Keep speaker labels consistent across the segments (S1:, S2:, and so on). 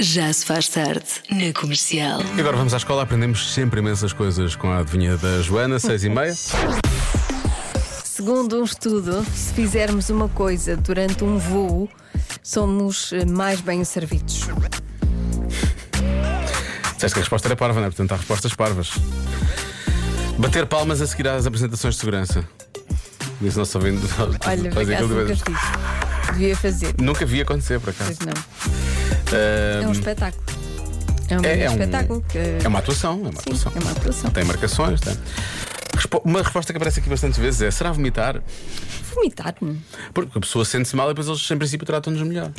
S1: Já se faz tarde na comercial.
S2: E agora vamos à escola, aprendemos sempre imensas coisas com a adivinha da Joana, seis e meia.
S3: Segundo um estudo, se fizermos uma coisa durante um voo, somos eh, mais bem servidos.
S2: Disseste que a resposta era parva, não é? Portanto, há respostas parvas. Bater palmas a seguir às apresentações de segurança. Disse nosso ouvinte.
S3: Olha, por
S2: faz
S3: acaso
S2: aquilo de
S3: nunca
S2: vez.
S3: fiz. Devia fazer,
S2: Nunca vi acontecer, por acaso.
S3: mas não.
S2: Ah,
S3: É um espetáculo. É um,
S2: é- é um-
S3: espetáculo. que-
S2: é uma atuação, é uma
S3: Sim,
S2: atuação.
S3: é uma atuação.
S2: Tem marcações, tem. Respo- Uma resposta que aparece aqui bastantes vezes é: será vomitar?
S3: Vomitar-me.
S2: Porque a pessoa sente-se mal e depois eles, em princípio, tratam-nos melhor.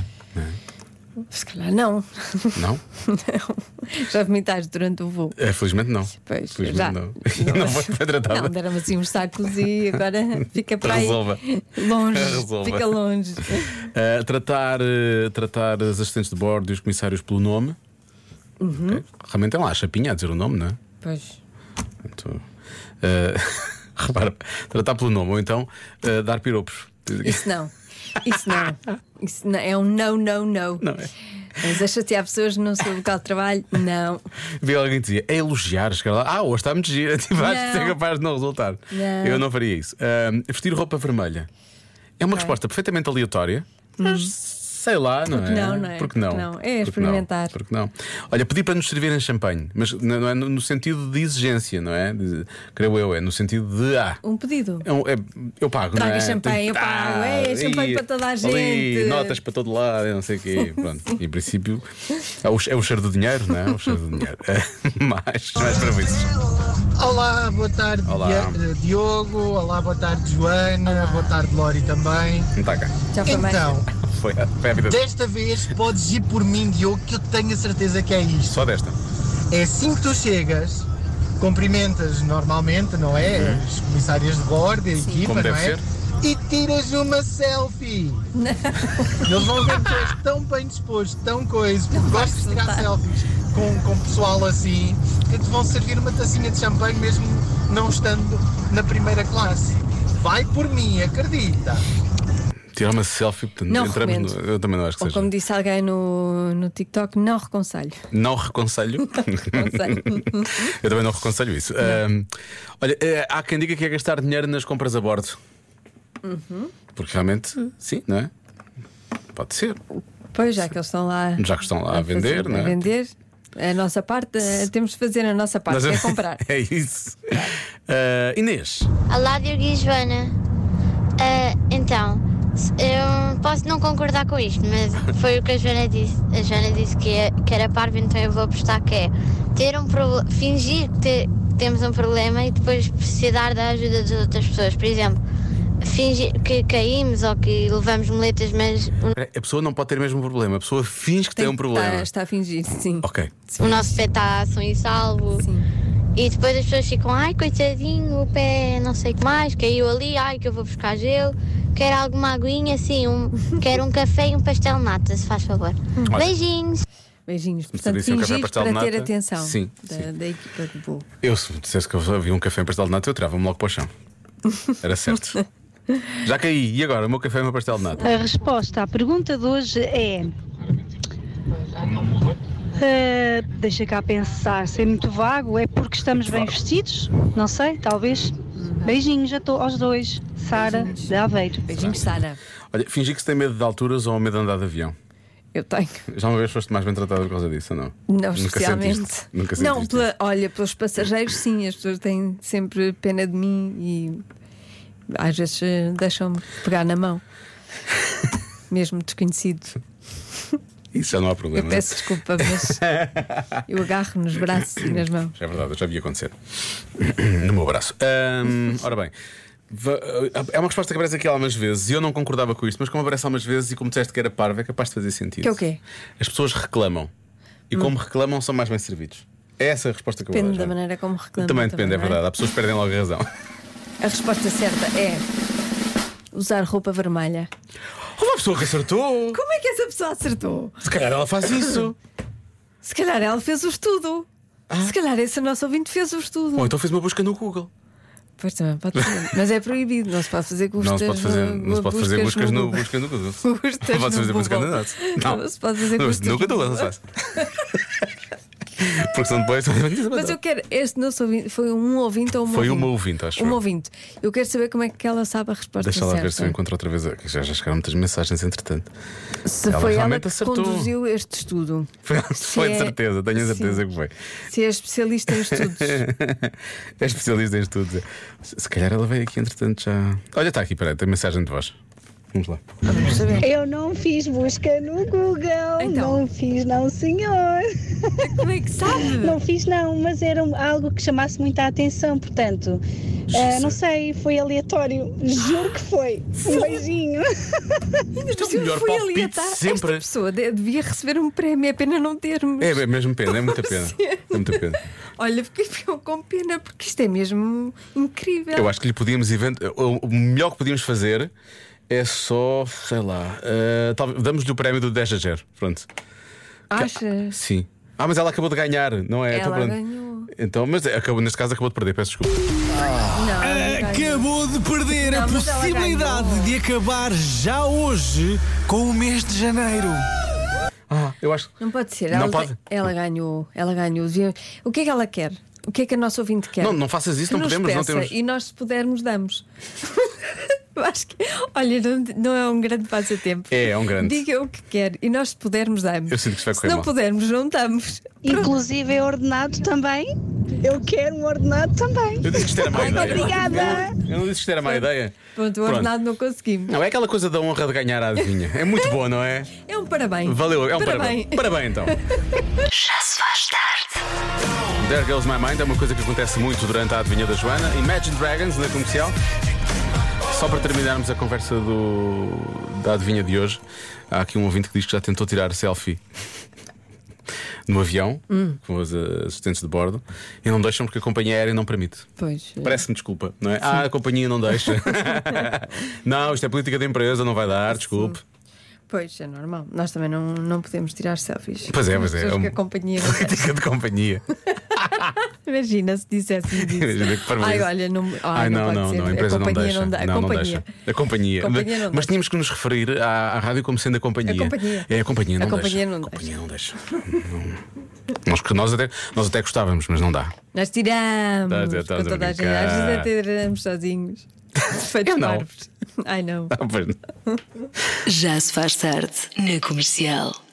S3: Se calhar não.
S2: Não?
S3: não. Já vomitaste durante o voo.
S2: É, felizmente não.
S3: Pois,
S2: felizmente
S3: já.
S2: não. E não foi foi tratada.
S3: Não, deram assim uns sacos e agora fica para aí.
S2: Resolva.
S3: Longe.
S2: Resolva.
S3: Fica longe.
S2: Uh, tratar, uh, tratar as assistentes de bordo e os comissários pelo nome. Ok. Realmente é lá a chapinha a dizer o nome, não é?
S3: Pois.
S2: Portanto, uh, repara, tratar pelo nome ou então uh, dar piropos.
S3: Isso não. Isso não. Isso não. É um não, não, não.
S2: Não é?
S3: Mas a chatear pessoas no seu local de trabalho, não.
S2: Vi alguém que dizia, é elogiar, chegar lá, ah, hoje está muito gira, tipo, acho que é
S3: Não.
S2: capaz de não resultar.
S3: Não.
S2: Eu não faria isso. Uh, vestir roupa vermelha é uma resposta perfeitamente aleatória, mas sei lá, não
S3: Hum. Porque
S2: é?
S3: não, não é?
S2: Porque não.
S3: Porque não. É
S2: Porque não.
S3: experimentar.
S2: Porque não. Olha, pedir para nos servirem champanhe, mas n- não é no no sentido de exigência, não é? De- Creio eu, é no sentido de, ah,
S3: Um pedido.
S2: é um- é- eu pago, não
S3: Traga
S2: é?
S3: champanhe,
S2: Tem que
S3: eu pago.
S2: dar,
S3: É, champanhe para toda a
S2: ali,
S3: gente.
S2: notas para todo lado, eu não sei o quê. Pronto, em princípio, é o, é o cheiro do dinheiro, não é? É O cheiro do dinheiro. mais, mais para isso.
S4: Olá, boa tarde
S2: Olá.
S4: Dia- eh, Diogo, olá, boa tarde Joana, boa tarde Lori também.
S2: Não está cá.
S3: Já foi mais.
S4: Então,
S2: Foi a, foi a vida
S4: desta vez podes ir por mim, Diogo, que eu tenho a certeza que é isto.
S2: só desta.
S4: É assim que tu chegas, cumprimentas normalmente, não é?
S5: Uhum.
S4: As comissárias de bordo, a equipa,
S2: Como
S4: não
S2: deve
S4: é?
S2: ser.
S4: E tiras uma selfie. Eles vão ver que tu és tão bem disposto, tão coisa, porque gostas de tirar
S3: resultar.
S4: selfies com, com pessoal assim, que te vão servir uma tacinha de champanhe mesmo não estando na primeira classe. Vai por mim, acredita.
S2: Tirar uma selfie, portanto,
S3: Não
S2: entramos no,
S3: recomendo.
S2: Eu também não acho que
S3: Ou
S2: seja.
S3: como disse alguém no, no TikTok, não reconselho.
S2: Não reconselho.
S3: Reconselho.
S2: eu também não reconselho isso. Ahm, olha, eh, há quem diga que é gastar dinheiro nas compras a bordo.
S3: Uhum.
S2: Porque realmente, sim, não é? Pode ser.
S3: pois, já que eles estão lá.
S2: Já que estão lá a
S3: fazer-
S2: vender, não
S3: A
S2: é?
S3: vender. A nossa parte, eh, temos de fazer a nossa parte,
S2: Nós-
S3: que é comprar.
S2: é isso. Ah, Inês,
S6: Olá, Diogo e Joana. Ah, então, se- eu posso não concordar com isto, mas foi o que a Joana disse. A Joana disse que, é- que era parvo, então eu vou apostar que é ter um proble- fingir que, te- que temos um problema e depois precisar da ajuda das outras pessoas. Por exemplo, fingir que caímos ou que levamos moletas, mas o
S2: a pessoa não pode ter mesmo um problema, a pessoa finge que tem, um
S3: que
S2: problema.
S3: estar- Está a fingir, sim.
S2: Ok.
S6: o nosso pé está ação e salvo.
S3: Sim.
S6: E depois as pessoas ficam, ai coitadinho, o pé não sei o que mais, caiu ali, ai que eu vou buscar gelo, quero alguma aguinha, assim, um, quero um café e um pastel de nata, se faz favor. Beijinhos!
S3: Beijinhos.
S2: Se
S3: Portanto,
S2: disse um café
S3: fingir
S2: pastel
S3: para
S2: de
S3: ter
S2: nata,
S3: atenção
S2: sim,
S3: da,
S2: sim.
S3: da equipa de voo.
S2: Eu, se me dissesse que eu havia um café em pastel de nata, eu trava-me logo para o chão. Era certo. Já caí, e agora? O meu café é o meu pastel de nata.
S7: A resposta à pergunta de hoje é. eh, deixa cá pensar, ser muito vago, é porque estamos bem vestidos? Não sei, talvez. Beijinhos a to- aos dois, Sara de Aveiro.
S3: Beijinhos, Sara.
S2: Olha, fingir que se tem medo de alturas ou medo de andar de avião.
S3: Eu tenho.
S2: Já uma vez foste mais bem tratado por causa disso, ou não?
S3: Não,
S2: Nunca
S3: especialmente.
S2: Sentiste, nunca sentiste.
S3: não, pela- olha, pelos passageiros, sim, as pessoas têm sempre pena de mim e às vezes eh, deixam-me pegar na mão. Mesmo desconhecido.
S2: Isso já não é? há problema.
S3: Eu peço desculpa, mas eu agarro nos braços e nas mãos.
S2: É verdade, eu já vi acontecer. No meu braço. Ahm, ora bem. va- É uma resposta que aparece aqui algumas vezes e eu não concordava com isto, mas como aparece algumas vezes e como disseste que era parvo, é capaz de fazer sentido.
S3: Que é o quê?
S2: As pessoas reclamam e, como reclamam, são mais bem servidos. É essa a resposta que eu vou
S3: Depende
S2: dar,
S3: da
S2: Joana.
S3: maneira como reclamam.
S2: Também depende, é
S3: não
S2: verdade. Há pessoas que perdem logo a razão.
S3: A resposta certa é usar roupa vermelha.
S2: Uma pessoa que acertou!
S3: Como é que essa pessoa acertou?
S2: Se calhar ela faz isso.
S3: Se calhar
S2: Ah.
S3: ela fez o estudo. Se calhar esse nosso ouvinte fez o estudo.
S2: Ou então fez uma busca no Google.
S3: Pois também pode ser. Mas é proibido, não se pode fazer buscas
S2: Não se pode fazer,
S3: no,
S2: não se pode fazer buscas no,
S3: Google.
S2: buscas no Google.
S3: Buscas
S2: não pode
S3: no
S2: fazer buscas no
S3: Google.
S2: Nuts. Não,
S3: Não se pode fazer
S2: Não,
S3: buscas
S2: No
S3: no
S2: Google não se faz. Porque são depois.
S3: Mas eu quero, este nosso ouvinte foi um ouvinte ou uma
S2: Foi
S3: ouvinte?
S2: uma ouvinte, acho
S3: Uma
S2: eu.
S3: ouvinte. tá Eu quero saber como é que ela sabe a resposta
S2: Deixa lá
S3: certa.
S2: ver se eu encontro outra vez. que Já, já chegaram muitas mensagens, entretanto.
S3: Se
S2: Ela
S3: foi ela
S2: realmente
S3: que
S2: acertou.
S3: conduziu este estudo.
S2: Foi,
S3: Se
S2: foi
S3: é-
S2: de certeza, tenho a
S3: Sim.
S2: certeza que foi.
S3: Se é especialista em estudos.
S2: é especialista em estudos. Se se calhar ela veio aqui, entretanto, já. Olha, está aqui, peraí, tem mensagem de voz. Vamos lá.
S3: Vamos saber.
S8: Eu não fiz busca no Google,
S3: Então.
S8: não fiz não senhor.
S3: Como é que sabe?
S8: Não fiz não, mas era um- algo que chamasse muita atenção, portanto, eh, não sei, foi aleatório, juro que foi. Um beijinho.
S3: Ainda por
S2: é o
S3: cima
S2: melhor
S3: fui
S2: palpite
S3: aleatar. Esta
S2: sempre.
S3: pessoa de- devia receber um prémio, é pena não termos.
S2: É, é mesmo pena, é muita pena. É muita pena.
S3: Olha, fiquei fiquei com pena, porque isto é mesmo incrível.
S2: Eu acho que lhe podíamos event... O o melhor que podíamos fazer é só, sei lá, eh, talvez- damos-lhe o prémio do 10 a 0. Pronto.
S3: Achas?
S2: Sim. Ah, mas ela acabou de ganhar, não é?
S3: Ela
S2: pronto.
S3: ganhou.
S2: Então, mas acabou, neste caso acabou de perder, peço desculpa.
S3: Não, não ganho.
S5: Acabou de perder a
S3: Não, mas ela
S5: possibilidade
S3: ganhou.
S5: de acabar já hoje com o mês de janeiro.
S2: Ah, eu acho.
S3: Não pode ser.
S2: Não
S3: ela,
S2: pode?
S3: ela ganhou, ela ganhou. Devia- O que é que ela quer? O que é que a nossa ouvinte quer?
S2: Não, não faças isso,
S3: Que
S2: não
S3: nos
S2: podemos, não
S3: peça
S2: temos.
S3: E nós, se pudermos, damos. Eu Acho que, olha, não, não é um grande passatempo.
S2: É, é um grande.
S3: Diga o que quer e nós, se pudermos, damos.
S2: Eu sinto que isto vai
S3: se
S2: correr
S3: não
S2: mal.
S3: pudermos, não damos.
S8: Inclusive é ordenado também. Eu quero um ordenado também.
S2: Eu disse que isto era má ideia.
S8: Obrigada.
S2: Eu não disse que isto era má ideia.
S3: Pronto, o
S2: Pronto.
S3: ordenado não conseguimos.
S2: Não, é aquela coisa da honra de ganhar a adivinha. É muito boa, não é?
S3: É um parabéns.
S2: Valeu, é um parabéns. Parabéns então.
S1: Já se faz tarde.
S2: There Goes My Mind é uma coisa que acontece muito durante a adivinha da Joana. Imagine Dragons na comercial. Só para terminarmos a conversa do, da adivinha de hoje, há aqui um ouvinte que diz que já tentou tirar selfie no avião com os eh, assistentes de bordo e não deixam porque a companhia aérea não permite.
S3: Pois.
S2: Parece-me desculpa, não é? Ah, a companhia não deixa. não, isto é política da empresa, não vai dar, desculpe.
S3: Pois, é normal. Nós também não, não podemos tirar selfies.
S2: Pois é,
S3: Com
S2: pois é.
S3: pessoas
S2: É um-
S3: que a companhia não quer.
S2: Política de companhia.
S3: Imagina se dissesse
S2: Imagina
S3: isso.
S2: que parvoíce.
S3: Ai, olha, não, ai,
S2: Ai, não,
S3: pode
S2: não,
S3: ser.
S2: não, a empresa
S3: a
S2: não
S3: companhia
S2: deixa.
S3: dá. A
S2: Não, não
S3: companhia.
S2: deixa. A companhia.
S3: Companhia não
S2: mas,
S3: deixa.
S2: tínhamos que nos referir à, à rádio como sendo a companhia.
S3: A companhia.
S2: É, a companhia
S3: A
S2: não
S3: companhia
S2: deixa.
S3: não
S2: a companhia não deixa. Não- Nós, que- nós, até, nós até gostávamos, mas não dá.
S3: Nós tiramos.
S2: Tá, tá, tá,
S3: com toda a gente.
S2: brincar.
S3: Às vezes até tiramos sozinhos. Feitos
S2: Eu não.
S3: parvos. Ai, não.
S2: Ah, pois não.
S1: Já se faz tarde na comercial.